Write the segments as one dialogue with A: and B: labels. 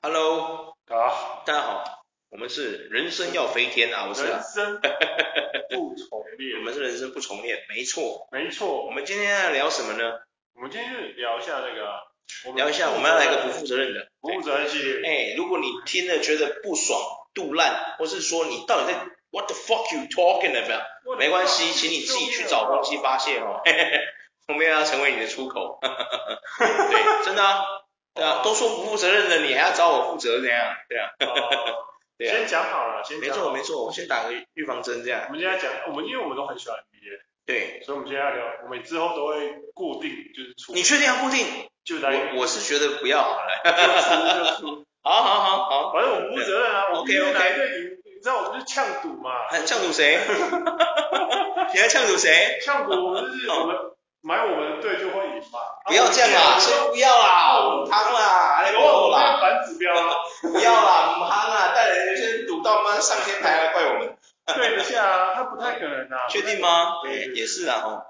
A: Hello，
B: 啊，
A: 大家好，我们是人生要飞天啊，我是
B: 人
A: 啊，
B: 生不重
A: 我
B: 练，
A: 们是人生不重练，没错。
B: 没错。
A: 我
B: 我们
A: 们今天要聊什么呢？
B: 我们今天就聊一下这个啊，我
A: 聊一下，我们要来个不负责任的。
B: 不负责任系列。
A: 哎，如果你听了觉得不爽、杜烂，或是说你到底在 What the fuck you talking about？没关系，请你自己去找东西发泄哦。嘿嘿嘿我们要成为你的出口。 对，真的啊，对啊，都说不负责任的，你还要找我负责怎样？对啊，
B: 呃
A: 对啊
B: 先，讲好了，先
A: 没
B: 讲好
A: 错没错，我先打个预防针这
B: 我
A: 样。
B: 们今天讲，我们因为我们都很喜欢 NBA，
A: 对，
B: 所以我们今天要聊，我们之后都会固定就是出，
A: 你确定要固定？
B: 就来
A: 我我是觉得不要好了。
B: 就出就出，
A: 好好好好，
B: 反正我们不负责任啊，我们
A: OK，OK
B: 哪一队赢，你知道我们就呛赌嘛，
A: 还呛赌 谁？你还呛赌谁？
B: 呛赌我们就是我们买我们的队就会赢嘛，
A: 哦
B: 啊
A: 不要这样啦，先不要啊啦，母汤啦，哎
B: 然
A: 呦
B: 后我们
A: 啦，
B: 反指标啊。
A: 不要啦，母汤啦，带人先赌到妈上天台来怪我们，
B: 对得下啊，他不太可能啊。
A: 确定吗？
B: 对对
A: 对，
B: 对
A: 也是啊哦。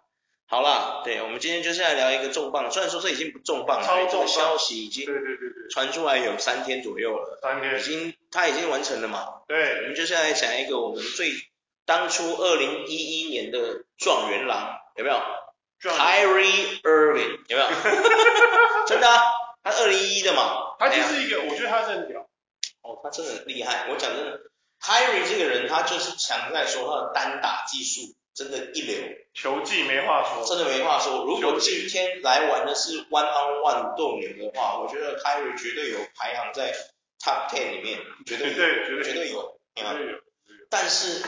A: 好啦，对，我们今天就是来聊一个重磅，虽然说这已经不重磅了，
B: 超
A: 因为这个
B: 重磅
A: 消息已
B: 对
A: 经
B: 对对对对，
A: 传出来有三天左右了，
B: 三
A: 已
B: 天。
A: 经它已经完成了嘛，我
B: 对，
A: 们接下来讲一个我们最当初二零一一年的状元郎，有没有？Kyrie Irving 有没有？ 真的、啊，他二零一一的嘛，
B: 他就
A: 哎呀
B: 是一个，我觉得他是很屌。
A: 哦，他真的很厉害。我讲真的，Kyrie 这个人他就是强在说他的单打技术真的一流，
B: 球技没话说。
A: 真的没话说。如果今天来玩的是 One on One 斗牛的话，我觉得 Kyrie 绝对有排行在 Top Ten 里面，绝对
B: 对
A: 有，
B: 对，
A: 绝
B: 绝对
A: 对有。
B: 绝
A: 啊
B: 对有。
A: 但是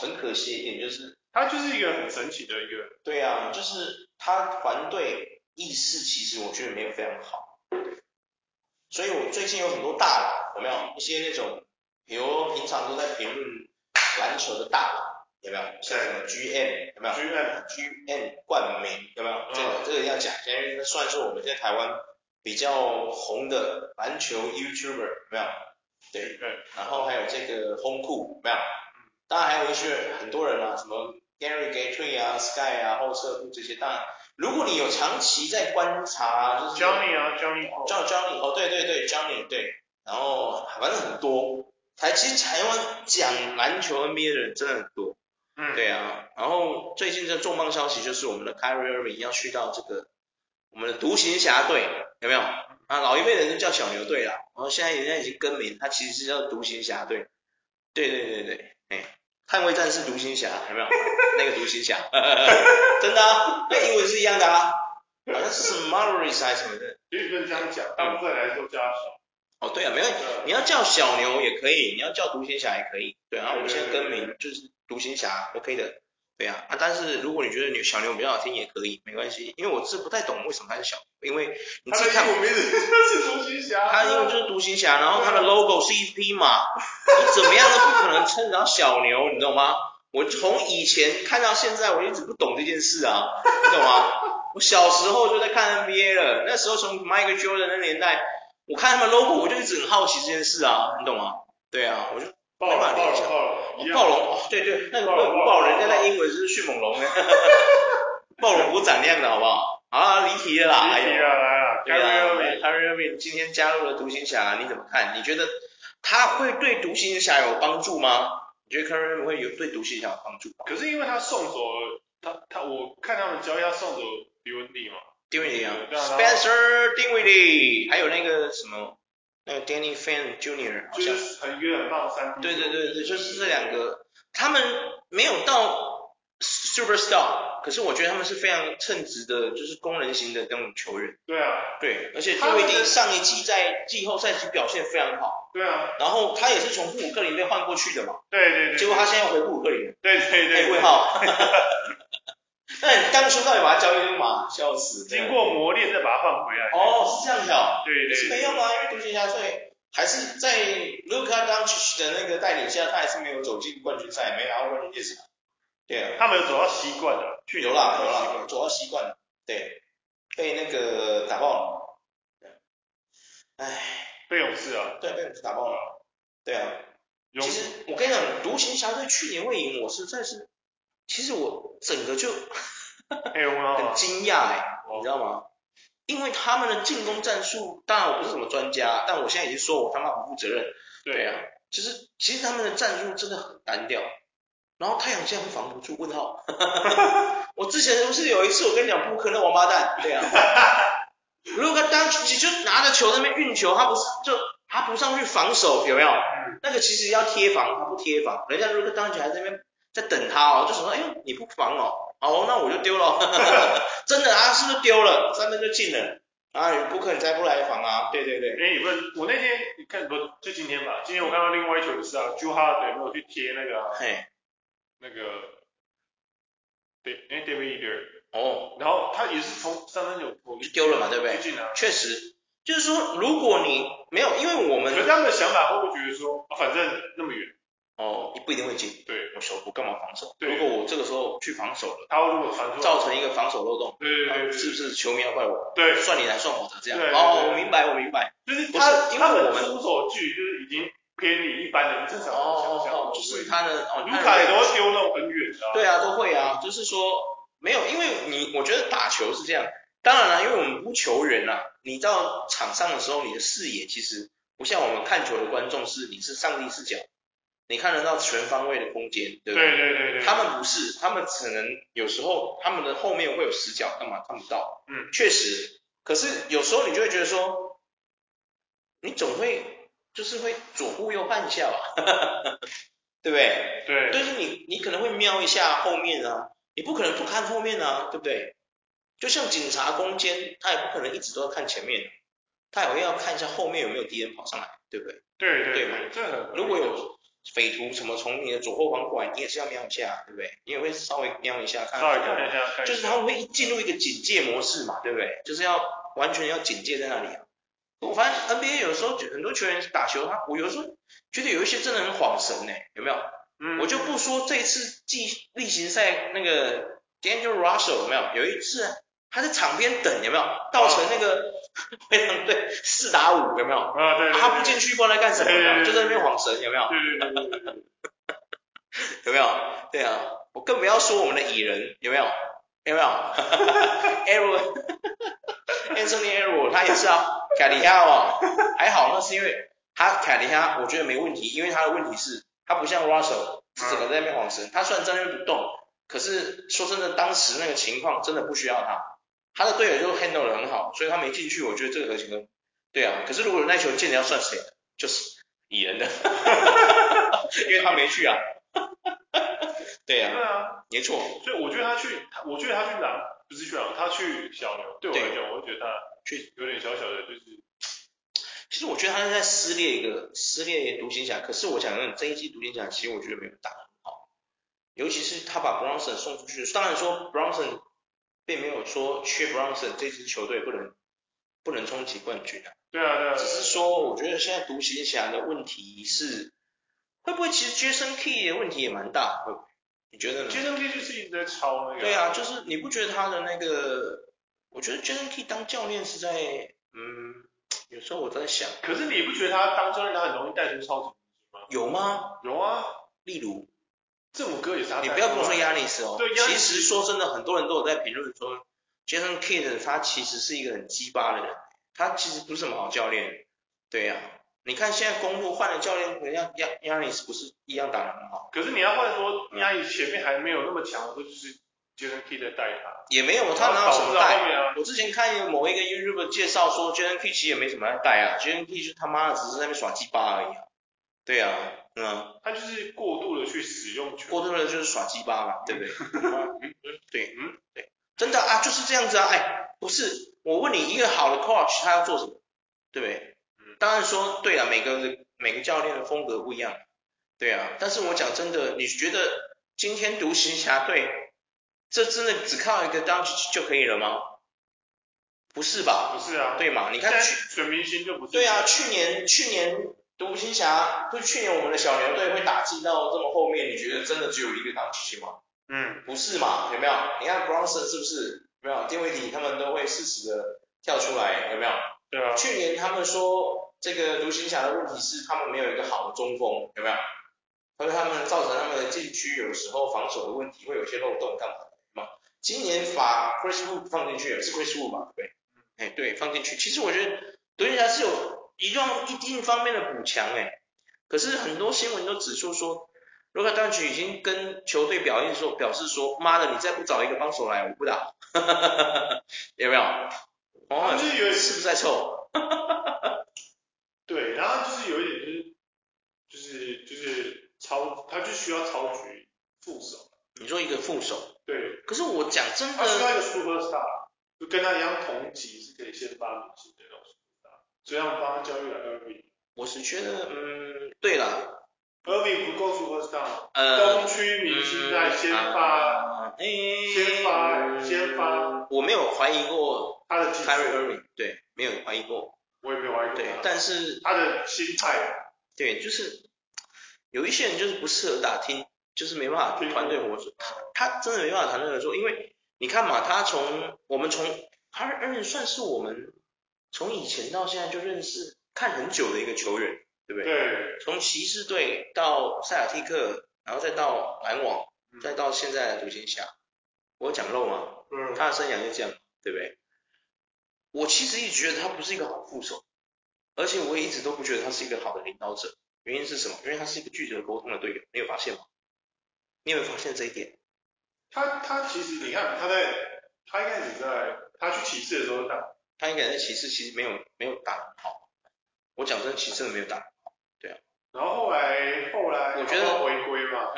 A: 很可惜一点就是。
B: 他就是一个很神奇的一个，
A: 对啊，就是他团队意识其实我觉得没有非常好，所以我最近有很多大佬有没有一些那种，比如平常都在评论篮球的大佬有没有，像什么 GM 有没有
B: G M 嗯
A: ，GM 冠美有没有，这个这个要讲一下，因为虽然说我们现在台湾比较红的篮球 YouTuber 有没有，对，
B: 对，
A: 然后还有这个轰库，有没有？当然还有一些很多人啊，什么 Gary Gateway 啊、Sky 啊、后撤步这些。当然，如果你有长期在观察，就是
B: Johnny 啊 Johnny，哦
A: John Johnny 哦，对对对，Johnny 对，然后反正很多。台其实台湾讲篮球 NBA 的人真的很多，
B: 嗯，
A: 对啊。然后最近这重磅消息就是我们的 Kyrie Irving 要去到这个我们的独行侠队，有没有？啊，老一辈人就叫小牛队啦，然后现在人家已经更名，他其实是叫独行侠队。对对对对，哎、捍卫战士独行侠有没有？那个独行侠， 真的啊，那英文是一样的啊，好像是 Maris 还是什么的。
B: 其实不能这样讲，大部分来说叫他小。
A: 哦，对啊，没问题，你要叫小牛也可以，你要叫独行侠也可以，对啊，然后我们现在更名就是独行侠，OK 的，对啊，啊，但是如果你觉得你小牛比较好听也可以，没关系，因为我是不太懂为什么它是小牛，因为你
B: 他
A: 自
B: 的
A: 己看
B: 英文名字是独行侠。
A: 它因为就是独行侠，然后它的 logo 是一匹马，你怎么样都不可能称得上小牛，你懂吗？我从以前看到现在，我一直不懂这件事啊，你懂吗？我小时候就在看 NBA 了，那时候从 Michael Jordan 那年代，我看他们 logo，我就一直很好奇这件事啊，你懂吗？对啊，我就
B: 爆了爆了爆了，一样
A: 暴龙，哦对对，那个暴龙，暴龙人家那英文就是迅猛龙， 暴龙不展亮的好不好？啊，离题了啦，哎
B: 离
A: 呦
B: 题。了来了
A: 对啊
B: Gary Irving，
A: ，Harry Irving 今天加入了独行侠，你怎么看？你觉得他会对独行侠有帮助吗？你觉得 Harry Irving 会有对独行侠有帮助吗？
B: 可是因为他送走了他他我看他们交易他送走迪文迪嘛，
A: 丁威迪啊
B: 对啊
A: ，Spencer 丁威迪，还有那个什么，那个 Danny Fan Jr. 好
B: 就
A: 像，
B: 是很约很棒三 D。
A: 对对对对，就是这两个，他们没有到 superstar，可是我觉得他们是非常称职的，就是功能型的那种球员。
B: 对啊，
A: 对，而且
B: 他
A: 丁
B: 们
A: 威
B: 的
A: 迪上一季在季后赛其实表现非常好。
B: 对啊，
A: 然后他也是从布鲁克林被换过去的嘛，
B: 对对对，
A: 结果他现在回布鲁克林了，
B: 对对
A: 哎，
B: 对，
A: 魏 浩，那你当初到底把他交易干嘛？笑死！
B: 经过磨练再把它换回来。
A: 哦，是这样子哦，
B: 对
A: 可是没
B: 对对，
A: 用啊，因为独行侠队还是在 Luka Doncic 的那个带领下，他还是没有走进冠军赛，没拿到冠军戒指。对啊，
B: 他们有走到习惯了，去
A: 有啦有啦，走到习惯了，对，被那个打爆了，哎，
B: 被勇士啊，
A: 对，被我们打爆了，对啊。
B: 勇
A: 其实我跟你讲，独行侠队去年会赢，我实在是，其实我整个就
B: 哎，我们
A: 很
B: 好
A: 欸
B: 哦啊
A: 惊讶哎，你知道吗？因为他们的进攻战术，当然我不是什么专家，但我现在已经说我他妈不负责任。对啊，就是其实他们的战术真的很单调，然后太阳现在会防不住，问 号。我之前不是有一次我跟你讲布克那王八蛋， 对啊，如果当你就拿着球在那边运球，他不是就他不上去防守有没有？那个其实要贴防，他不贴防，人家如果当局还在那边在等他哦，就想说，哎呦你不防哦，哦那我就丢了， 真的啊是不是丢了？三分就进了，啊布克你再不来防啊，对对对，
B: 哎、你不是我那天你看不就今天吧？今天我看到另外一球也是啊，Ju h a r d 没有去贴那个啊、
A: 嘿，
B: 那个，对，哎 David Eater，
A: 哦
B: 然后他也是从三分球投
A: 就丢了嘛对不对
B: 就进了。
A: 确实，就是说如果你没有，因为我
B: 可是
A: 们
B: 他们的想法会不会觉得说，啊、反正那么远，
A: 哦你不一定会进，
B: 对，
A: 我手我干嘛防守？
B: 对
A: 如果我这个时候去防守了，
B: 他如果传出来，
A: 造成一个防守漏洞，啊
B: 对对对
A: 是不是球迷要怪我？
B: 对，对
A: 算你来算我的这样，
B: 对对
A: 哦
B: 对
A: 我明白我明白。
B: 就是
A: 不
B: 他
A: 是因为
B: 他
A: 我
B: 们
A: 们
B: 出手距离就是已经偏离一般人正常的想象
A: 哦
B: 的，
A: 就是
B: 位置
A: 他的哦，
B: 卢
A: 他的
B: 卡也都会丢那种很远的、啊，
A: 对啊，都会啊，就是说没有，因为你我觉得打球是这样，当然了，因为我们不球员啊，你到场上的时候，你的视野其实不像我们看球的观众是你是上帝视角，你看得到全方位的空间，对不对？
B: 对对对对，
A: 他们不是，他们只能有时候他们的后面会有死角，干嘛看不到？
B: 嗯，
A: 确实，可是有时候你就会觉得说，你总会就是会左顾右盼一下吧， 对不对？
B: 对
A: 就是你你可能会瞄一下后面啊，你不可能不看后面啊，对不对？就像警察攻坚，他也不可能一直都要看前面，他也会要看一下后面有没有敌人跑上来，对不对？
B: 对对
A: 对
B: 对，这很
A: 如果有匪徒什么从你的左后方过来，你也是要瞄一下，对不对？你也会稍微瞄一下看，
B: 稍微看一下，看一下
A: 就是他们会一进入一个警戒模式嘛，对不对？就是要完全要警戒在那里啊。我发现 NBA 有时候很多球员打球，他我有时候觉得有一些真的很晃神呢、有没有？
B: 嗯
A: 我就不说这一次季例行赛那个 Daniel Russell 有没有？有一次啊他在场边等有没有？造成那
B: 哦
A: 个灰狼队四打五有没有？啊
B: 啊对，对
A: 他不进去，不知道在干什么，有没有就在那边晃神有没有？
B: 对对对对对对，
A: 有没有？对啊，我更不要说我们的蚁人有没有？有没有？Aaron Anthony Aaron 他也是啊，凯里亚哦，还好那是因为他凯里亚我觉得没问题，因为他的问题是他不像 Russell 是整个在那边晃神，他虽然在那边不动，可是说真的，当时那个情况真的不需要他，他的队友就 handle 的很好，所以他没进去，我觉得这个合情合理。对啊，可是如果那球进了要算谁的？就是蚁人的，因为他没去啊。 对啊，
B: 对啊，
A: 没错，
B: 所以我觉得他去，他我觉得他去南不是去南，他去小牛，对我来讲，我就觉得他
A: 去
B: 有点小小的，就是
A: 其实我觉得他是在撕裂一个撕裂独行侠，可是我想跟你这一季独行侠，其实我觉得没有打得很好，尤其是他把 Bronson 送出去，当然说 Bronson 并没有说缺 Bronson 这支球队不能不能冲击冠军啊，
B: 对啊对啊
A: 只，是说我觉得现在独行侠的问题是会不会其实 Jason Key 的问题也蛮大，会不会？你觉得呢？
B: 杰森 K 就是一直在抄那个，
A: 对，啊，就是你不觉得他的那个，我觉得 Jason Key 当教练是在嗯，有时候我在想
B: 可是你不觉得他当教练他很容易带出超级明星吗？
A: 有吗？
B: 有啊，
A: 例如。
B: 字母哥也是他带
A: 你
B: 啊出来的，
A: 不要跟我说亚历斯哦，
B: 对
A: 其
B: Giannis-
A: 实说真的，很多人都有在评论说，Jason Kidd 他其实是一个很鸡巴的人，他其实不是什么好教练。对呀、你看现在公路换了教练，人家亚亚历斯不是一样打得很好，
B: 可是你要换说，亚裔前面还没有那么强的时候，就是杰森 K 在带他，
A: 也没有他哪有
B: 导
A: 什
B: 致
A: 么
B: 到
A: 带
B: 后。面啊，
A: 我之前看有某一个 YouTube 介绍说，Jason Kidd 其实也没什么在带啊，Jason Kidd 就是他妈的只是在那边耍鸡巴而已啊。对呀、啊，嗯啊，
B: 他就是过度的去使用球，
A: 过多的就是耍鸡巴嘛，对不对？
B: 嗯
A: 对，
B: 嗯
A: 嗯，对，真的啊，就是这样子啊，哎，不是，我问你，一个好的 coach 他要做什么，对不对
B: 嗯？
A: 当然说，对啊，每个每个教练的风格不一样，对啊，但是我讲真的，你觉得今天独行侠队这真的只靠一个 d o n c h 就可以了吗？不是吧？
B: 不是啊，
A: 对嘛？你
B: 你
A: 看去，
B: 选明星就不是，
A: 对啊，去年去年独行侠，就去年我们的小牛队会打进到这么后面，你觉得真的只有一个 d o n c h 吗？
B: 嗯，
A: 不是嘛？有没有？你看 Bronson 是不是？有没有？丁威迪他们都会适时的跳出来，有没有？
B: 对啊，
A: 去年他们说这个独行侠的问题是他们没有一个好的中锋，有没有？他说他们造成他们的禁区有时候防守的问题会有一些漏洞，干嘛的？有没有今年把 Chris Wood 放进去，是 Chris Wood 吧？对不对，哎，对，放进去。其实我觉得独行侠是有一段一定方面的补强，哎，可是很多新闻都指出说，卢卡丹奇已经跟球队表现说，表示说，妈的，你再不找一个帮手来，我不打，有没有？
B: 他
A: 哦，
B: 就是有点
A: 是不是在臭？
B: 对，然后就是有一点就是就是就是超，他就需要超局副手，
A: 你说一个副手，
B: 对，
A: 可是我讲真
B: 他需
A: 的，
B: 要一个 super star，就跟他一样同级是可以先发明星的那种 super star，这样帮他教育了 Irving。
A: 我是觉得，嗯，对了，
B: Irving 不够 super star，
A: 呃，嗯
B: 东区明星在先发
A: 啊，哎
B: 先发先发，
A: 我没有怀疑过
B: 他的技
A: Kyrie
B: 术，
A: Irving，对，没有怀疑过，
B: 我也没有怀疑过
A: 嗯对，
B: 他，
A: 但是
B: 他的心态，
A: 对，就是有一些人就是不适合打听，就是没办法团队合作，他他真的没办法团队合作，因为你看嘛，他从我们从 Kyrie Irving 算是我们从以前到现在就认识看很久的一个球员，对不对？
B: 对，
A: 从骑士队到塞尔蒂克，然后再到篮网，
B: 嗯
A: 再到现在的独行侠，我有讲漏吗？
B: 嗯，
A: 他的生涯就这样，对不对？我其实一直觉得他不是一个好副手，而且我也一直都不觉得他是一个好的领导者。原因是什么？因为他是一个拒绝沟通的队友，你有发现吗？你有没有发现这一点？
B: 他他其实你看他在他一开始在他去骑士的时候，他
A: 他应该在骑士其实没有没有打得很好。我讲真，骑士真的没有打得很好。
B: 然后后来后来
A: 我觉得
B: 他回归嘛，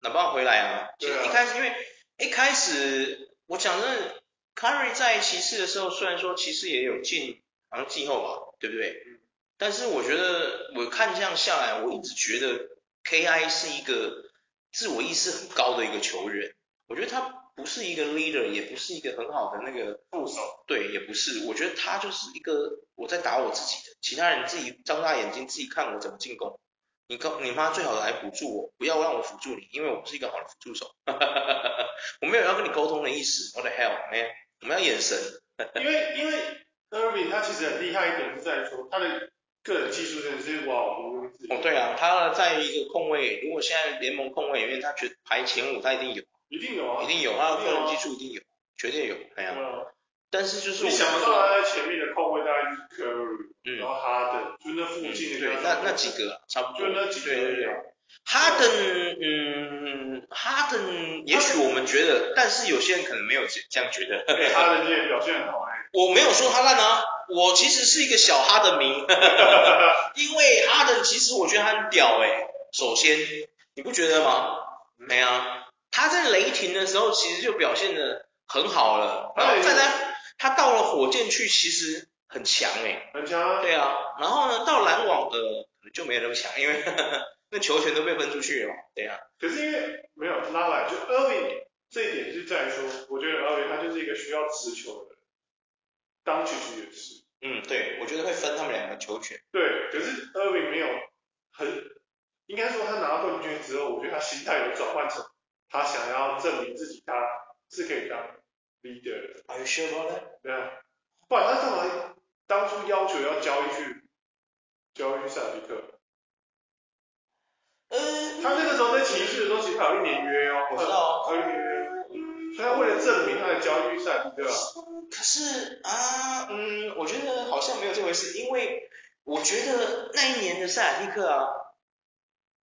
A: 哪怕回来啊，其实
B: 对啊
A: 一开始因为一开始我讲真的，Curry 在骑士的时候，虽然说骑士也有进好像季后吧，对不对
B: 嗯？
A: 但是我觉得我看这样下来，我一直觉得 KI 是一个自我意识很高的一个球员，我觉得他不是一个 leader，也不是一个很好的那个
B: 副 手，
A: 对，也不是，我觉得他就是一个我在打我自己的，其他人自己张大眼睛自己看我怎么进攻。你告你妈最好来辅助我，不要让我辅助你，因为我不是一个好的辅助手。 我没有要跟你沟通的意思。What the hell, man？我们要眼神。
B: 因为因为 Irving 他其实很厉害一点是在于说他的个人技术真的是哇毋庸置疑，
A: 哦，对啊，他在一个控卫，如果现在联盟控卫里面，他绝排前五，他一定有，
B: 一定有啊，
A: 一定有，他的个人技术一定有，绝对有。哎呀、
B: 有啊，
A: 但是就是
B: 你
A: 我
B: 想不
A: 说
B: 到他在前面的控卫大概就是 Curry，
A: 嗯
B: 然后哈登，就那附
A: 嗯
B: 近的
A: 对，那那几
B: 个，
A: 个啊差不多，
B: 就那几个啊
A: 对对对。哈登，嗯，哈登，也许我们觉得，但是有些人可能没有这样觉得。
B: 哎，哈登今天表现很好哎，
A: 我没有说他烂啊，我其实是一个小哈登迷， 因为哈登其实我觉得他很屌哎、首先，你不觉得吗？没啊，他在雷霆的时候其实就表现的很好了，然后再来他到了火箭去其实很强哎、
B: 很强啊，
A: 对啊，然后呢，到篮网呃就没有那么强，因为 那球权都被分出去了嘛。对啊，
B: 可是因为没有拉来，就 Irving 这一点是在于说，我觉得 Irving 他就是一个需要持球的人，当曲曲也是。
A: 嗯，对，我觉得会分他们两个球权。
B: 对，可是 Irving 没有很，应该说他拿到冠军之后，我觉得他心态有转换成他想要证明自己他是可以当 leader 的，
A: Are you sure about that？
B: 对啊，不然他干嘛当初要求要交易去交易去塞尔蒂克？
A: 呃，
B: 他那个时候在骑士的时候，其实还有一年约哦，
A: 我知道
B: 还有一年约，所以他为了证明他的交易去塞尔蒂克啊。
A: 可是啊，嗯，我觉得好像没有这回事，因为我觉得那一年的塞尔蒂克啊，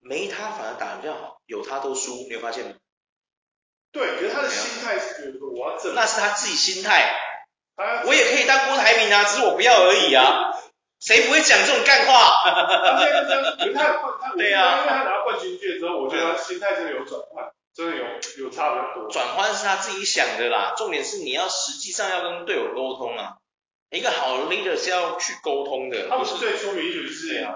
A: 没他反而打得比较好，有他都输，你有发现吗？
B: 对，可是他的心态是觉得说我要证明，
A: 那是他自己心态，
B: 他要
A: 我也可以当郭台铭啊，只是我不要而已啊，谁不会讲这种干话？
B: 他现在就这样，可是他有冠，他
A: 对啊
B: 因为他拿到冠军戒指之后，我觉得他心态真的有转换，真的有有差比较多。
A: 转换是他自己想的啦，重点是你要实际上要跟队友沟通啊。一个好的 leader 是要去沟通的，
B: 他不是最出名一局是，
A: 啊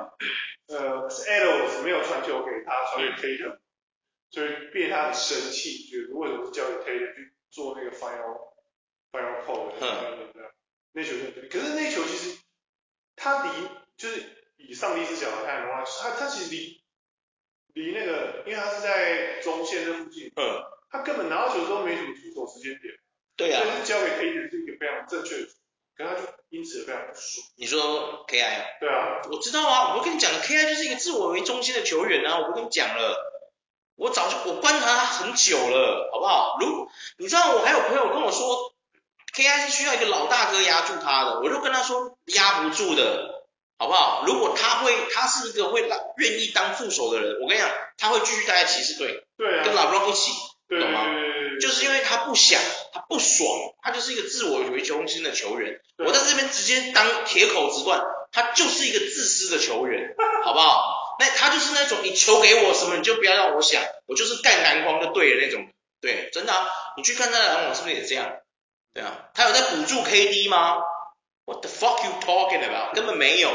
B: 呃，是 Adams 没有传球给他，传给 Tatum，所以变他很生气，觉得为什么是交给 Tatum 去做那个 final final call 的
A: 嗯
B: 对啊那球就可是那球其实他离就是以上帝视角来看的话，他他其实离离那个，因为他是在中线那附近，
A: 嗯，
B: 他根本拿到球之后没什么出手时间点，
A: 对
B: 所
A: 啊
B: 以，他交给 Tatum 是一个非常正确的球，可是他就因此非常不爽。
A: 你说 KI 啊，
B: 对啊，
A: 我知道啊，我跟你讲，KI 就是一个自我为中心的球员啊，我不跟你讲了，我早就我观察他很久了，好不好？如你知道我还有朋友跟我说 KI 是需要一个老大哥压住他的，我就跟他说压不住的，好不好？如果他会，他是一个会让愿意当副手的人，我跟你讲，他会继续待在骑士队，
B: 对
A: 跟
B: 啊，
A: 老 b 一起，
B: 对对
A: 懂吗
B: 对对
A: 就是因为他不想，他不爽，他就是一个自我为中心的球员。
B: 对啊
A: 我在这边直接当铁口直断，他就是一个自私的球员，好不好？那他就是那种你球给我什么你就不要让我想，我就是干篮筐就对了那种。对，真的啊，你去看他的篮网是不是也这样？对啊，他有在补助 KD 吗？What the fuck you talking about？根本没有。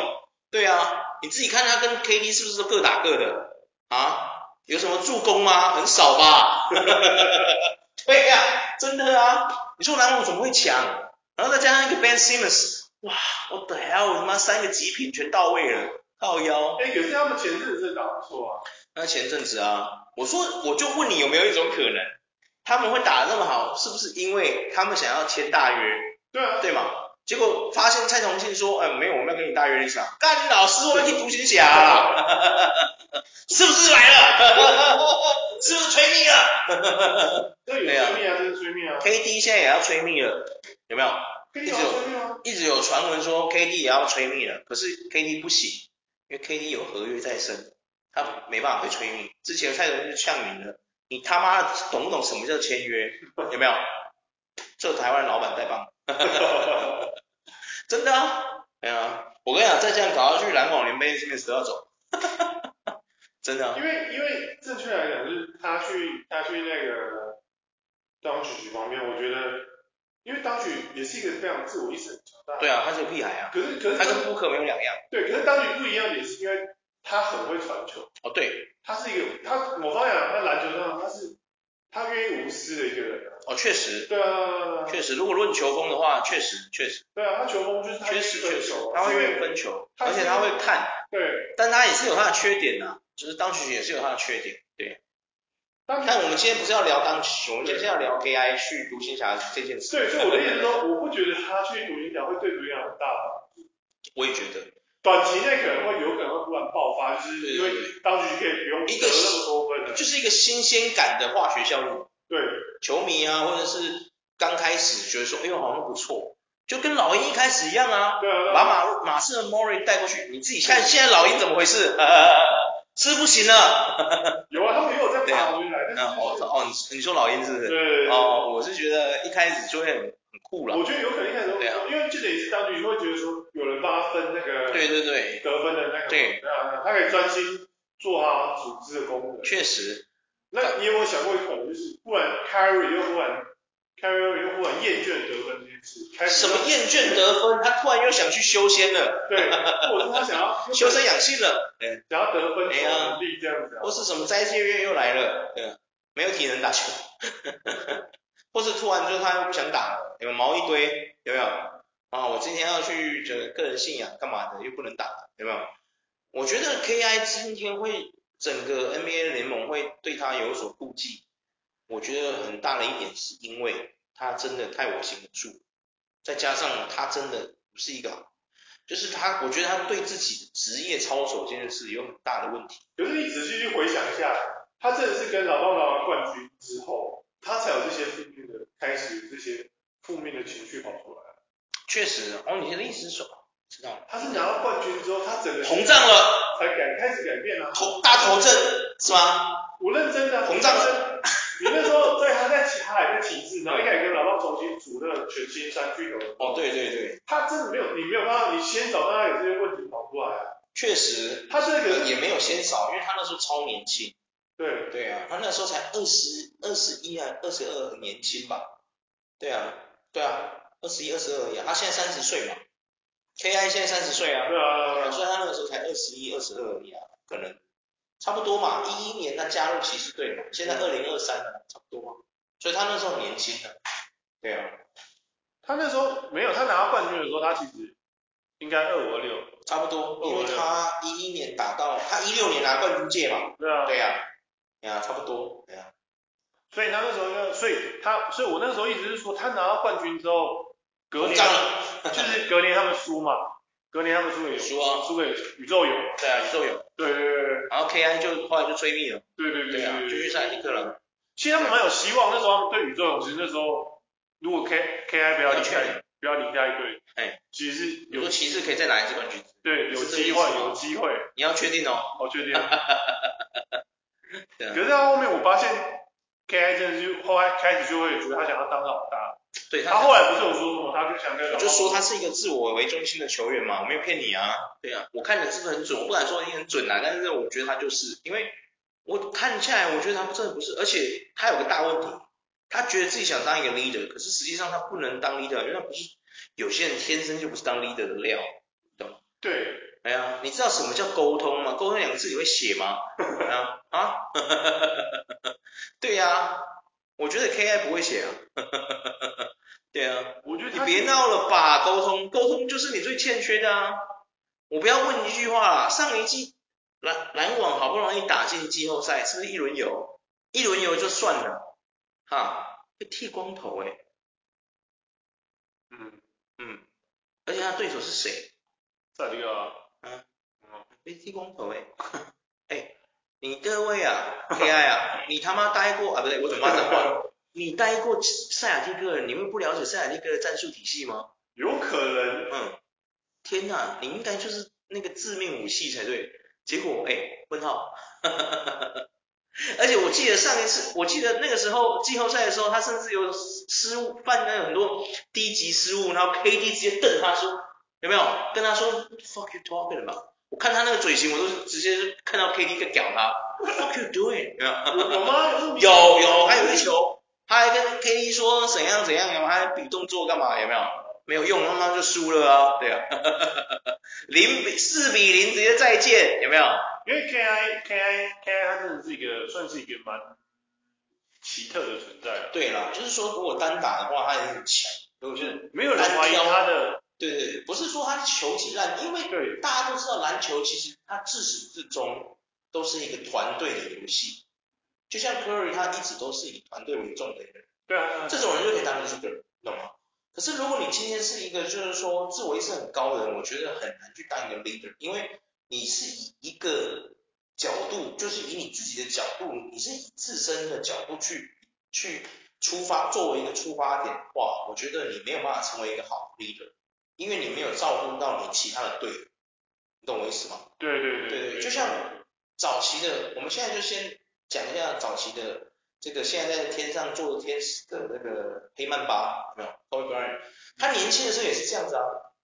A: 对啊，你自己看他跟 KD 是不是都各打各的啊？有什么助攻吗？很少吧。 对呀、真的啊！你说篮网怎么会强？然后再加上一个 Ben Simmons，哇，我的 hell，我他妈三个极品全到位了，靠腰。
B: 哎，可是他们前阵子真的打不错啊，
A: 那前阵子啊，我说我就问你有没有一种可能，他们会打得那么好，是不是因为他们想要签大约，
B: 对啊，
A: 对吗？结果发现蔡崇信说，哎，没有，我们要跟你大约一场。干老师，我要踢独行侠啊，是不是来了？ 是不是吹命了？
B: 这有
A: 对啊
B: 追命啊，这是追命啊，
A: KD 现在也要吹密了，有没有？
B: 跟你有追命啊，
A: 一直有传闻说 KD 也要吹密了，可是 KD 不行，因为 KD 有合约在身，他没办法被吹密。之前蔡总就呛你了，你他妈懂不懂什么叫签约？有没有？这台湾老板太棒， 真的啊，哎呀、我跟你讲，再这样搞下去，篮网连 Ben Simmons 都要走， 真的啊、
B: 因为因为正确来讲，就是他去他去那个当曲曲方面，我觉得，因为当曲也是一个非常自我意识很强大，
A: 对啊，他是个屁孩啊，
B: 可是可
A: 他跟
B: 是
A: 布克没有两样。
B: 对，可是当局不一样，也是因为他很会传球。
A: 哦，对，
B: 他是一个，他我发现啊他篮球上他是他愿意无私的一个人啊。
A: 哦，确实，
B: 对啊，
A: 确实，如果论球风的话，确实，确实。
B: 对啊，他球风就是他
A: 确实确
B: 分
A: 实
B: 手，，
A: 他会
B: 啊因
A: 愿意
B: 为
A: 分球，
B: 他
A: 而且他会看，
B: 对，
A: 但他也是有他的缺点呐、就是当曲也是有他的缺点。对，
B: 当
A: 但我们今天不是要聊当曲，我们今天是要聊 AI 去独行侠这件事。
B: 对，所以我的意思是说，我不觉得他去独行侠会对独行侠很大吧。
A: 我也觉得，
B: 短期内可能会有可能会突然爆发，就是因为当局可以不用得那么多分的，
A: 就是一个新鲜感的化学效应。
B: 对
A: 球迷啊，或者是刚开始觉得说，哎呦好像不错，就跟老鹰一开始一样啊，
B: 对啊，
A: 把马马刺的 Murray 带过去，你自己看现在老鹰怎么回事？ 呃，是不行了。
B: 有啊，他们也有在打回来，
A: 那
B: 但
A: 哦
B: 是
A: 哦，你你说老鹰是不是？
B: 对，
A: 哦，我是觉得一开始就会很很酷啦。
B: 我觉得有可能一开始，
A: 啊
B: 因为这点是当局会觉得说有人帮他分那个
A: 对对对，
B: 得分的那个，
A: 对
B: 啊，他可以专心做他组织的功能。
A: 确实，
B: 那你有没有想过一个可能，就是忽然 carry 又忽然 carry 又忽然厌倦得分这件事，开始
A: 什么厌倦得分，他突然又想去修仙了，
B: 对，或者是他想要
A: 修身养性了，对，
B: 想要得分
A: 哎
B: 球
A: 呀
B: 能力这样子啊，
A: 或是什么斋戒月又来了，对，啊没有体能打球， 或是突然就他又不想打了，有没有毛一堆，有没有？啊，我今天要去这个个人信仰干嘛的，又不能打了，有没有？我觉得 KI 今天会整个 NBA 联盟会对他有所顾忌，我觉得很大的一点是因为他真的太我行我素了，再加上他真的不是一个，就是他，我觉得他对自己的职业操守这件事有很大的问题。
B: 可是你仔细去回想一下，他真的是跟老棒拿完冠军之后，他才有这些负面的开始有这些负面的情绪跑出来。
A: 确实，哦，你的意思是什么？知道了，
B: 他是拿到冠军之后，他整个
A: 膨胀了，
B: 才改开始改变啊。
A: 头大头症是吗？
B: 我认真的，
A: 膨胀
B: 了。你那时候对他在其他还在体制，然后一开始跟老棒重新组那个全新三巨头，
A: 哦，对对对，
B: 他真的没有，你没有办法，你先找到他有这些问题跑出来啊。
A: 确实
B: 他这个
A: 也没有先少，因为他那时候超年轻。
B: 对
A: 对啊，他那时候才二十二十一啊，二十二年轻吧？对啊，对啊，二十一、二十二而已啊。他现在三十岁嘛，KI 现在三十岁啊，
B: 对
A: 对啊
B: 啊，
A: 所以他那个时候才二十一、二十二而已啊，可能差不多嘛。一一年他加入骑士队嘛，现在二零二三了，差不多嘛。所以他那时候很年轻的，对啊。
B: 他那时候没有，他拿到冠军的时候，他其实应该二五二六，
A: 差不多，因为他一一年打到他一六年拿冠军戒嘛，
B: 对啊，
A: 对呀、啊，对啊，差不多，对呀、
B: 所以他那时候就，所以他，所以我那时候一直是说，他拿到冠军之后，隔
A: 膨
B: 年
A: 胀了，
B: 就是隔年他们输嘛，隔年他们输给
A: 输啊，
B: 输给宇宙勇，
A: 对啊，宇宙有，
B: 对对对
A: 然后 KI 就后来就吹灭了，
B: 对对对
A: 对啊，就
B: 对
A: 去
B: 对，
A: 塞尔提克了，
B: 其实他们蛮有希望，那时候他们对宇宙勇，其实那时候如果 K K I 不要
A: 要
B: 离
A: 确
B: 开
A: 认，
B: 不要离开队，
A: 哎，
B: 其实是
A: 有
B: 有
A: 说骑士可以再拿一次冠军，
B: 对有
A: 是这个
B: 机
A: 意
B: 会
A: 思吗
B: 有机会，
A: 你要确定哦。
B: 我 确定。
A: 对啊
B: 可是到后面我发现 K I 真的是后来开始就会觉得他想要当老大，
A: 对
B: 他
A: 他，
B: 后来不是有说什么，他就想跟
A: 我就说他是一个自我为中心的球员嘛，我没有骗你啊。对啊，我看的是不是很准？我不敢说你很准啊，但是我觉得他就是，因为我看下来，我觉得他真的不是，而且他有个大问题，他觉得自己想当一个 leader，可是实际上他不能当 leader，因为他不是有些人天生就不是当 leader 的料。
B: 对，
A: 哎呀，你知道什么叫沟通吗？沟通两个字你会写吗？啊啊， 对呀、我觉得 KI 不会写啊。 对啊，
B: 我觉得
A: 你
B: 他
A: 别闹了吧，沟通，沟通就是你最欠缺的啊。我不要问一句话啦，上一季篮篮网好不容易打进季后赛，是不是一轮游？一轮游就算了，哈，被剃光头哎、
B: 嗯，
A: 嗯，而且他对手是谁？
B: 再一个，
A: 嗯
B: 嗯，
A: 被剃光头哎、 哎、你各位啊，AI 啊， 你他妈待过啊？不对，我怎么骂脏话？你待过塞尔蒂克人，你们不了解塞尔蒂克的战术体系吗？
B: 有可能
A: 嗯，天哪，你应该就是那个致命武器才对。结果哎、问号， 而且我记得上一次，我记得那个时候季后赛的时候，他甚至有失误，犯了很多低级失误，然后 KD 直接瞪他说，有没有跟他说 fuck you talking about？我看他那个嘴型，我都是直接看到 KD 在屌他 fuck you doing？有没有？
B: 有有吗？
A: 有有，还有一球，他还跟 KD 说怎样怎样，有没有还比动作干嘛？有没有？没有用，他妈就输了啊！对啊， 零比四比零直接再见，有没有？
B: 因为 K I K I K I 它真的是一个算是一个蛮奇特的存在啊，
A: 对啦，就是说如果单打的话，他也很强。我觉得
B: 没有人怀疑他的
A: 对对对，不是说他球技烂，因为
B: 对
A: 大家都知道篮球其实它自始至终都是一个团队的游戏，就像 Curry 他一直都是以团队为重的一个人。
B: 对啊，
A: 这种人就可以当 leader，懂吗？可是如果你今天是一个就是说自我意识很高的人，我觉得很难去当一个 leader，因为你是以一个角度，就是以你自己的角度，你是以自身的角度去去出发，作为一个出发点的话，我觉得你没有办法成为一个好的 leader，因为你没有照顾到你其他的队友，你懂我意思吗？
B: 对对
A: 对对，就像早期的，我们现在就先讲一下早期的这个现在在天上做天使的那个黑曼巴，有没有？Kobe Bryant，他年轻的时候也是这样子啊，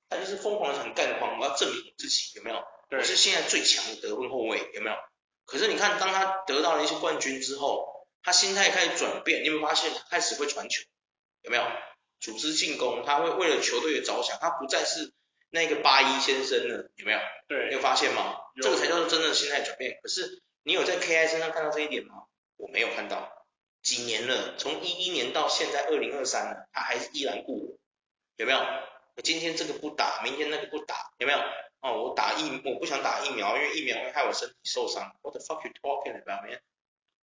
A: 他就是疯狂的想干框，我要证明我自己，有没有？
B: 对
A: 我是现在最强的得分后卫，有没有？可是你看，当他得到了一些冠军之后，他心态开始转变，你有没有发现他开始会传球，有没有？组织进攻，他会为了球队的着想，他不再是那个八一先生了，有没有？你
B: 对
A: 有发现吗？
B: 有
A: 这个才叫做真正的心态转变。可是你有在 KI 身上看到这一点吗？我没有看到。几年了，从一一年到现在二零二三了，他还是依然顾我，有没有？我今天这个不打，明天那个不打，有没有？哦，我打疫，我不想打疫苗，因为疫苗会害我身体受伤。What the fuck you talking about, man？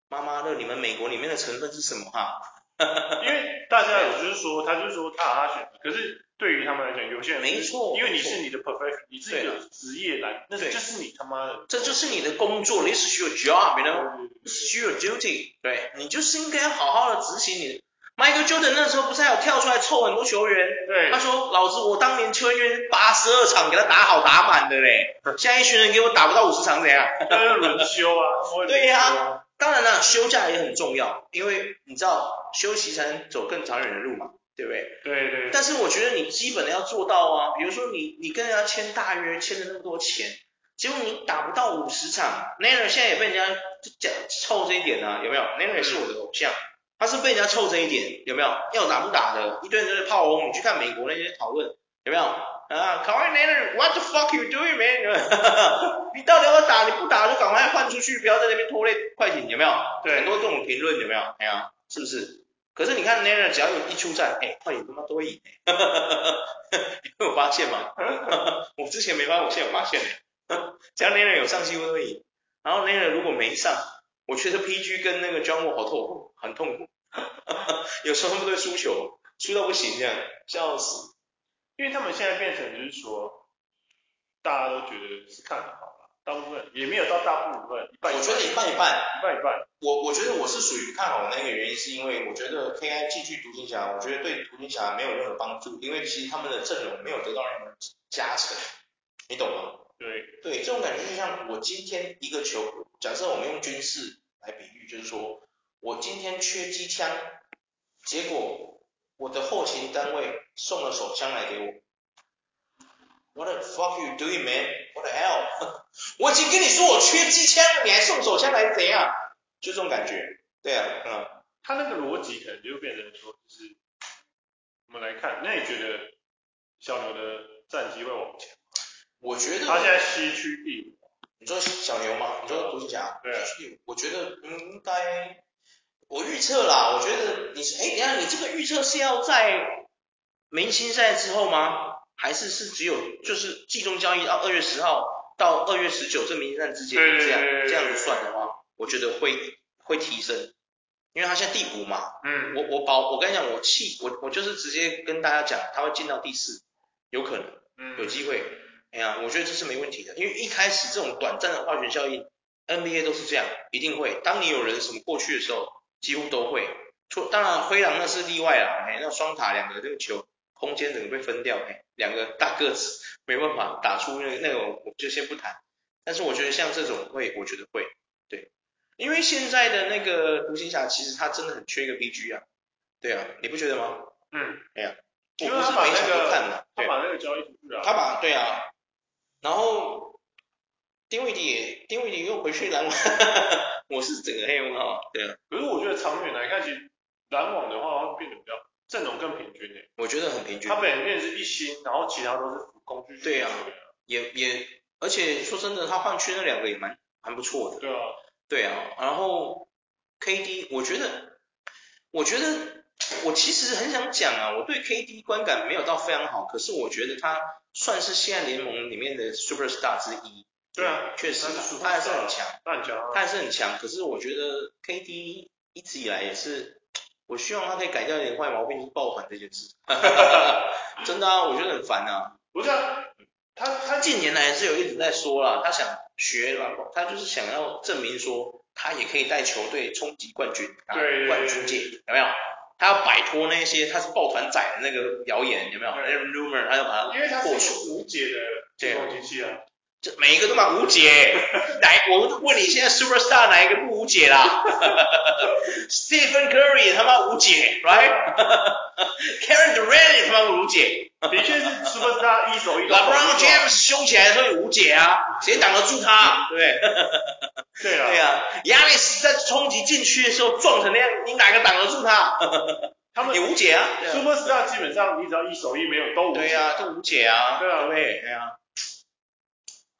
A: 妈妈的，你们美国里面的成分是什么哈？
B: 因为大家有就是说，他就是说他有他选择，可是对于他们来讲，有些人
A: 没错
B: 因为你
A: 没错
B: 是你的 profession，你自己
A: 对啊
B: 的职业篮，那
A: 对
B: 就是你他妈的，
A: 这就是你的工作，this is your job，you know？
B: 对
A: It's your duty，对你就是应该好好的执行你。Michael Jordan 那时候不是还有跳出来凑很多球员？他说：“老子我当年球员八十二场给他打好打满的嘞，现在一群人给我打不到五十场怎样
B: 他要轮休啊，他们会轮休啊
A: 对呀？”当然了，休假也很重要，因为你知道休息才能走更长远的路嘛，对不对？
B: 对对对
A: 但是我觉得你基本的要做到啊，比如说你你跟人家签大约，签了那么多钱，结果你打不到五十场 n a n e r 现在也被人家讲臭这一点啊，有没有 n a n e r 是我的偶像，他是被人家臭这一点，有没有？要打不打的，一堆人在炮轰，你去看美国那些讨论，有没有？啊 k a w n a n e r w h a t the fuck you doing man？你 到底要不要打？你不打就赶快换出去，不要在那边拖累快艇，有没有？很
B: 对
A: 多这种评论有没有？哎呀，是不是？可是你看 n a n e r 只要有一出战，哎，快点他妈多赢、你 有发现吗？ 我之前没发现，我现在有发现 了。只要 n a n e r 有上机会都会赢，然后 n a n e r 如果没上，我觉得 PG 跟那个 John Wall 好痛苦，很痛苦。 有时候他们都会输球，输到不行这样，笑死。
B: 因为他们现在变成就是说，大家都觉得是看好了，大部分也没有到大部分，一半一半，
A: 我觉得一半一半。
B: 一半一半，
A: 我我觉得我是属于看好那个原因，是因为我觉得 K I 继续独行侠，我觉得对独行侠没有任何帮助，因为其实他们的阵容没有得到任何加成，你懂吗？
B: 对，
A: 对，这种感觉就像我今天一个球，假设我们用军事来比喻，就是说我今天缺机枪，结果我的后勤单位送了手枪来给我。What the fuck you doing, man? What the hell? 我已经跟你说我缺机枪了，你还送手枪来怎样？就这种感觉。对啊，嗯，
B: 他那个逻辑可能就变成说，就是我们来看，那你觉得小牛的战绩会往前？
A: 我觉得
B: 他现在西区第五，
A: 你说小牛嘛，你说独行侠，
B: 对啊
A: 就是我觉得嗯应该，我预测啦，我觉得你是哎，等一下你这个预测是要在明星赛之后吗？还是是只有就是季中交易到二月十号到二月十九这明星赛之间
B: 对对
A: 这样
B: 对对对
A: 这样子算的话，我觉得会会提升，因为他现在第五嘛，
B: 嗯，
A: 我我保我跟你讲，我气我我就是直接跟大家讲，他会进到第四，有可能。
B: 嗯
A: 有机会。哎呀，我觉得这是没问题的，因为一开始这种短暂的化学效应，NBA 都是这样，一定会。当你有人什么过去的时候，几乎都会。除当然灰狼那是例外啦，哎，那双塔两个这个球空间整个被分掉，哎，两个大个子没办法打出那个那种，我就先不谈。但是我觉得像这种会，我觉得会，对，因为现在的那个独行侠其实他真的很缺一个 BG 啊，对啊，你不觉得吗？
B: 嗯，
A: 我
B: 因
A: 不
B: 为他
A: 是
B: 把
A: 每场
B: 那
A: 都
B: 个
A: 看的，
B: 他
A: 对。
B: 把那个交易出去了，
A: 他把对啊，然后丁伟迪也丁伟迪又回去篮网， 我是整个黑人哈，对啊，
B: 可是我觉得长远来看，其实篮网的话会变得比较阵容更平均诶、
A: 我觉得很平均
B: 他，本变是一星，然后其他都是辅攻去
A: 对啊也也而且说真的，他换去那两个也蛮蛮不错的，
B: 对啊，
A: 对啊，然后 KD 我觉得我觉得我其实很想讲啊，我对 KD 观感没有到非常好，可是我觉得他算是现在联盟里面的 super star 之一，
B: 对啊，
A: 确实
B: 他是 superstar
A: 他还是很强。
B: 那你讲啊，
A: 他还是很强，可是我觉得 KD 一直以来也是，我希望他可以改掉一点坏毛病，就是爆款这件事。 真的啊，我觉得很烦啊。
B: 不是啊，他他
A: 他近年来是有一直在说啦，他想学篮网，他就是想要证明说他也可以带球队冲击冠军，拿
B: 对
A: 冠军界，有没有？他要摆脱那些他是抱团仔的那个谣言，有没有？那
B: 对
A: 个 rumor，他要把它
B: 因为他是
A: 破
B: 一
A: 除。
B: 个无解的进攻机器啊，
A: 这每一个都蛮无 解，哪？我问你，现在 superstar 哪一个不无解 啦？Stephen Curry 他妈无解，right？Karen Durant 也他妈无解
B: 的确是 superstar 一手一手
A: 啊
B: 啊
A: ，LeBron James 凶起来的时候也无解啊，谁挡得住他？对不对？
B: 对啊，
A: 对啊，亚历斯在冲击禁区的时候撞成那样，你哪个挡得住他？
B: 他们
A: 也无解啊。
B: superstar 基本上你只要一手一没有都无
A: 对
B: 解，
A: 啊，这无解啊。
B: 对啊
A: 对不对？对啊。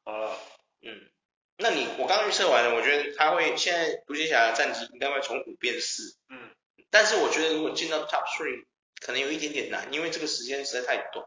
B: 好了，
A: 嗯，那你我刚刚预测完了，我觉得他会现在独行侠的战绩应该会从五变四。
B: 嗯，
A: 但是我觉得如果进到 Top Three 可能有一点点难，因为这个时间实在太短。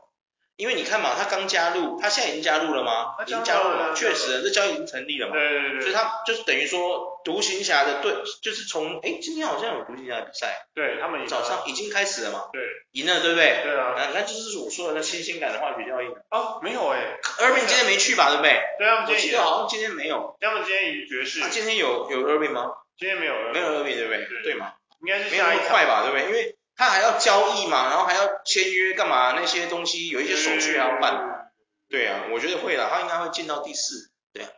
A: 因为你看嘛，他刚加入，他现在已经加入了吗？
B: 他
A: 已经
B: 加
A: 加
B: 入
A: 入
B: 了
A: 了，确实，这交易已经成立了
B: 对
A: 嘛。
B: 对对
A: 所以
B: 对，
A: 他就是等于说，独行侠的队就是从哎，今天好像有独行侠的比赛，
B: 对他们赢了
A: 早上已经开始了嘛，
B: 对
A: 赢了对不对？
B: 对啊，
A: 啊，那就是我说的那新鲜感的化学效应。
B: 啊没有哎，
A: Irving 今天没去吧，对不对？
B: 对啊他们
A: 我
B: 今
A: 记
B: 天
A: 得
B: 赢，
A: 好像今天没有。
B: 他们今天赢爵士
A: 他、，啊今天有有 Irving 吗？
B: 今天没有了，
A: 没有 Irving 对不对？
B: 对
A: 对嘛，
B: 应该是
A: 没有
B: 下
A: 那
B: 一
A: 么
B: 场。
A: 快吧，对不对？因为他还要交易嘛，然后还要签约干嘛那些东西，有一些手续还要办。
B: 办。
A: 对啊，我觉得会啦，他应该会进到第四。对啊，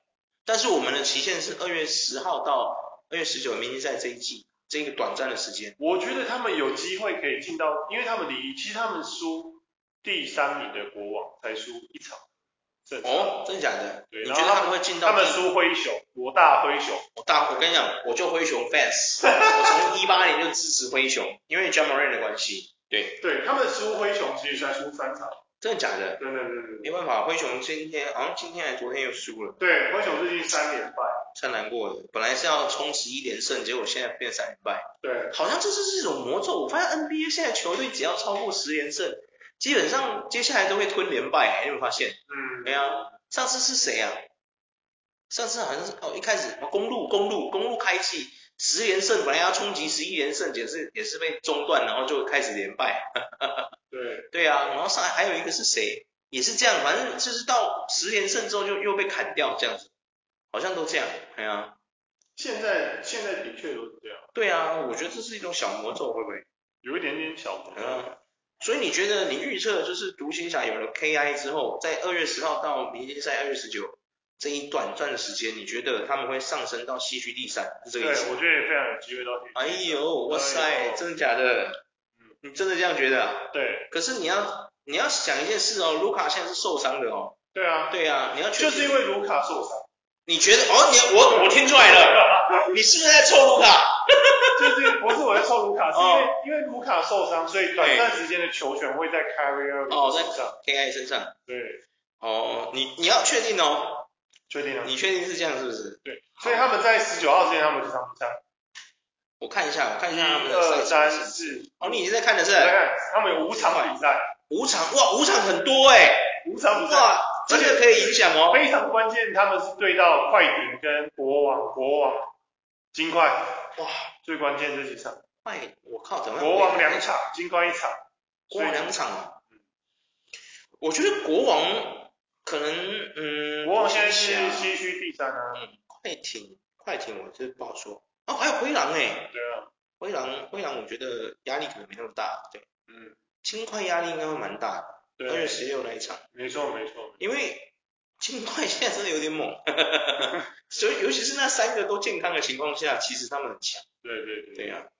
A: 但是我们的期限是二月十号到二月十九明星赛这一季，这个短暂的时间。
B: 我觉得他们有机会可以进到，因为他们离其实他们输第三名的国王才输一场，正常
A: 哦，真的假的？
B: 对
A: 你
B: 然
A: 觉
B: 后
A: 得他们会进到
B: 他们
A: 第
B: 输灰熊，国大灰熊，
A: 我大，我跟你讲，我就灰熊 fans，我从一八年就支持灰熊，因为 j a m a r a n 的关系。对，
B: 对他们输灰熊其实才输三场，
A: 真的假的？
B: 对对对对对，
A: 没办法，灰熊今天好像今天还昨天又输了。
B: 对灰熊最近三连败，
A: 超难过的。本来是要冲十一连胜，结果现在变三连败，
B: 对
A: 好像这就是一种魔咒。我发现 NBA 现在球队只要超过十连胜，基本上接下来都会吞连败、你有没有发现？
B: 嗯
A: 没啊，上次是谁啊？上次好像是哦，一开始哦公路公路公路开季十连胜，本来要冲击十一连胜，也是也是被中断，然后就开始连败。
B: 对
A: 对啊，然后上来还有一个是谁，也是这样，反正就是到十连胜之后就又被砍掉这样子。好像都这样，哎呀、
C: 现在现在的确有这样，
A: 对啊，我觉得这是一种小魔咒，会不会？
B: 有一点点小魔
A: 嗯所以你觉得你预测就是独行侠有了 KI 之后，在二月十号到明天赛二月十九这一短暂的时间，你觉得他们会上升到西区第三，是这
B: 对，
A: 个意思？
B: 我觉得也非常有机会到第四
A: 哎呦，哇塞，真的假的？
B: 嗯
A: 你真的这样觉得、啊？
B: 对
A: 可是你要你要想一件事哦，卢卡现在是受伤的哦。
B: 对啊，
A: 对啊，你要确定
B: 就是因为卢卡受伤，
A: 你觉得哦，你我我听出来了，你是不是在抽卢卡？
B: 就是不是我在凑卢卡，是因为
A: 哦
B: 因为卢卡受伤，所以短暂时间的球权会在 Carry
A: 哦
B: Irving
A: 在
B: 身上，
A: KI 身上
B: 对，
A: 哦，你你要确定哦，
B: 确定了，
A: 你确定是这样是不是？
B: 对，所以他们在十九号之前他们就上不上，
A: 我看一下，我看一
B: 一
A: 下他们的
B: 二
A: 赛
B: 三
A: 程
B: 四，
A: 哦，你已经在看的是
B: 再看他们有五场比赛，
A: 五场哇，五场很多哎、
B: 五场比赛。
A: 哇，这个可以影响哦。
B: 非常关键，他们是对到快艇跟国王，国王金块
A: 哇，
B: 最关键这几场，
A: 快，哎我靠，怎么
B: 国王两场，金块一场，
A: 国王两场啊？我觉得国王可能嗯，
B: 国王现在
A: 我
B: 是
A: 想一下
B: 西区第三啊，
A: 嗯，快艇快艇我这不好说哦，还有灰狼哎、
B: 对啊，
A: 灰狼灰狼我觉得压力可能没那么大，对，
B: 嗯，
A: 金块压力应该会蛮大的，二月
B: 对，
A: 十六那一场，
B: 没错没错，
A: 因为金块现在真的有点猛，所以尤其是那三个都健康的情况下，其实他们很强。
B: 对对对，
A: 对呀、啊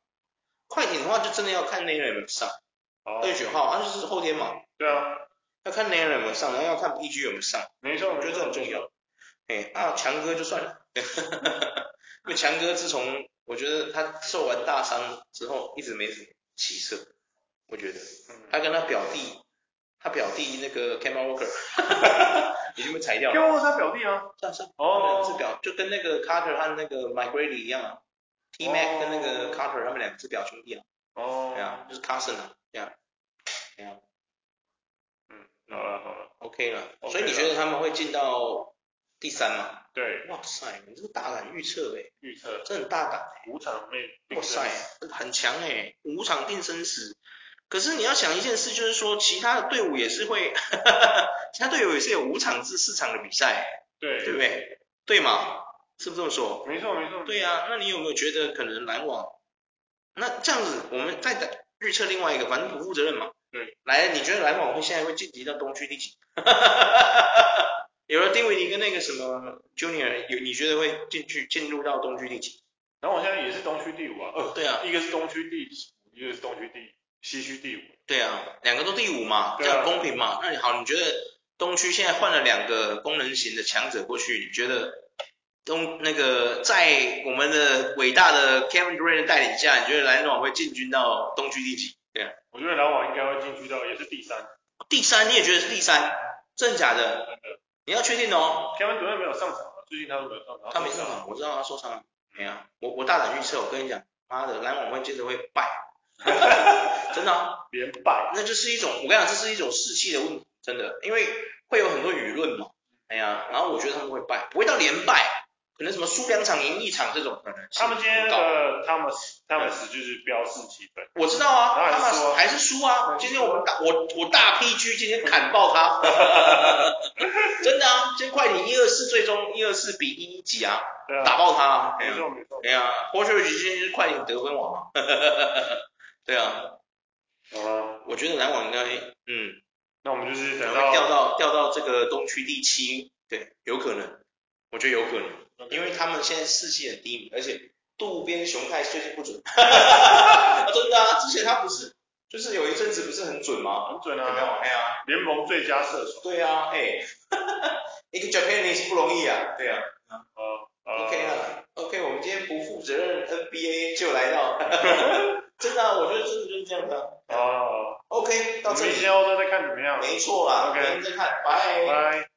A: 快艇的话就真的要看 n a r 有没有上，
B: 好
A: 二，月九号，啊就是后天嘛，
B: 对啊，
A: 要看 n a r 有没有上，然后要看 PG 有没有上，
B: 没错，
A: 我觉得这很重要。哎，啊，强哥就算了，因为强哥自从我觉得他受完大伤之后，一直没什么起色，我觉得
B: 嗯。
A: 他跟他表弟，他表弟那个 Kemba Walker 已经被裁掉
B: 跟
A: 了，
B: 沃他表弟啊，
A: 上上
B: 哦，
A: 是表就跟那个 Carter 和那个 Mike Grady 一样啊，T Mac
B: 哦
A: 跟那个 Carter 他们两个是表兄弟啊。
B: 哦，
A: 对啊，就是 Carson 啊，对啊，对啊
B: 嗯，好了好了，
A: ，OK 了。
B: OK
A: 所以你觉得他们会进到第三吗？
B: 对，
A: 哇塞，你这个大胆预测哎，
B: 预测
A: 这很大胆
B: 五场内，
A: 哎，哇塞，很强哎，五场定生死。可是你要想一件事，就是说其他的队伍也是会， 其他队伍也是有五场至四场的比赛，啊
B: 对
A: 对不，对？对嘛？是不是这么说？
B: 没错没错，
A: 对呀、那你有没有觉得可能篮网？那这样子，我们再等预测另外一个，反正不负责任嘛。
B: 对，
A: 来，你觉得篮网会现在会晋级到东区第几？ 有了丁维迪跟那个什么 Junior，有你觉得会进去进入到东区第几？
B: 然后我现在也是东区第五啊，呃，
A: 对啊，
B: 一个是东区第五，一个是东区第西区第五。
A: 对啊，两个都第五嘛，这
B: 对啊
A: 样公平嘛。那你好，你觉得东区现在换了两个功能型的强者过去，你觉得东那个在我们的伟大的 Kevin Durant 的带领下，你觉得篮网会进军到东区第几？对啊，
B: 我觉得篮网应该会进去到也是第三。
A: 第三你也觉得是第三？真的假的？你要确定哦。
B: Kevin 主任没有上场啊，最近他都没有上场。
A: 他没上场，我知道他受伤了。没有，我我大胆预测，我跟你讲，妈的，篮网会接着会败， 真的啊、
B: 连败。
A: 那就是一种，我跟你讲，这是一种士气的问题，真的，因为会有很多舆论嘛，哎呀，然后我觉得他们会败，不会到连败，可能什么输两场赢一场这种可能性。
B: 他们今天那
A: 不高
B: 个 Thomas Thomas 就是标示气氛，
A: 我知道啊，
B: 当
A: 他
B: 然输
A: 们
B: 啊
A: 还是输啊，今天我们打我我大 PG 今天砍爆他， 真的啊，今天快艇一二四最终一二四比一几啊，
B: 对啊，
A: 打爆他啊，哎
B: 没
A: 呀
B: 错没错。
A: 对啊，霍去奇今天就是快艇得分王嘛。 对啊，
B: 好了，
A: 我觉得篮网应该，嗯，
B: 那我们就是
A: 可能
B: 等
A: 会掉
B: 到
A: 到掉到这个东区第七，对，有可能，我觉得有可能，因为他们现在士气很低迷，而且渡边雄太最近不准， 真的啊，之前他不是就是有一阵子不是很准吗？
B: 很准
A: 有没有？
B: 啊，
A: 哎呀，
B: 联盟最佳射手。
A: 对啊，哎， 一个 Japanese 不容易啊，对啊。
B: 呃
A: OK
B: 呃，
A: 了，OK，我们今天不负责任 NBA 就来到， 真的啊、我觉得真的就是这样的、
B: 啊，
A: OK，
B: 我
A: 到这
B: 们
A: 里，
B: 先欧洲再看怎么样。
A: 没错啦
B: OK
A: 我们再看，拜。
B: 拜。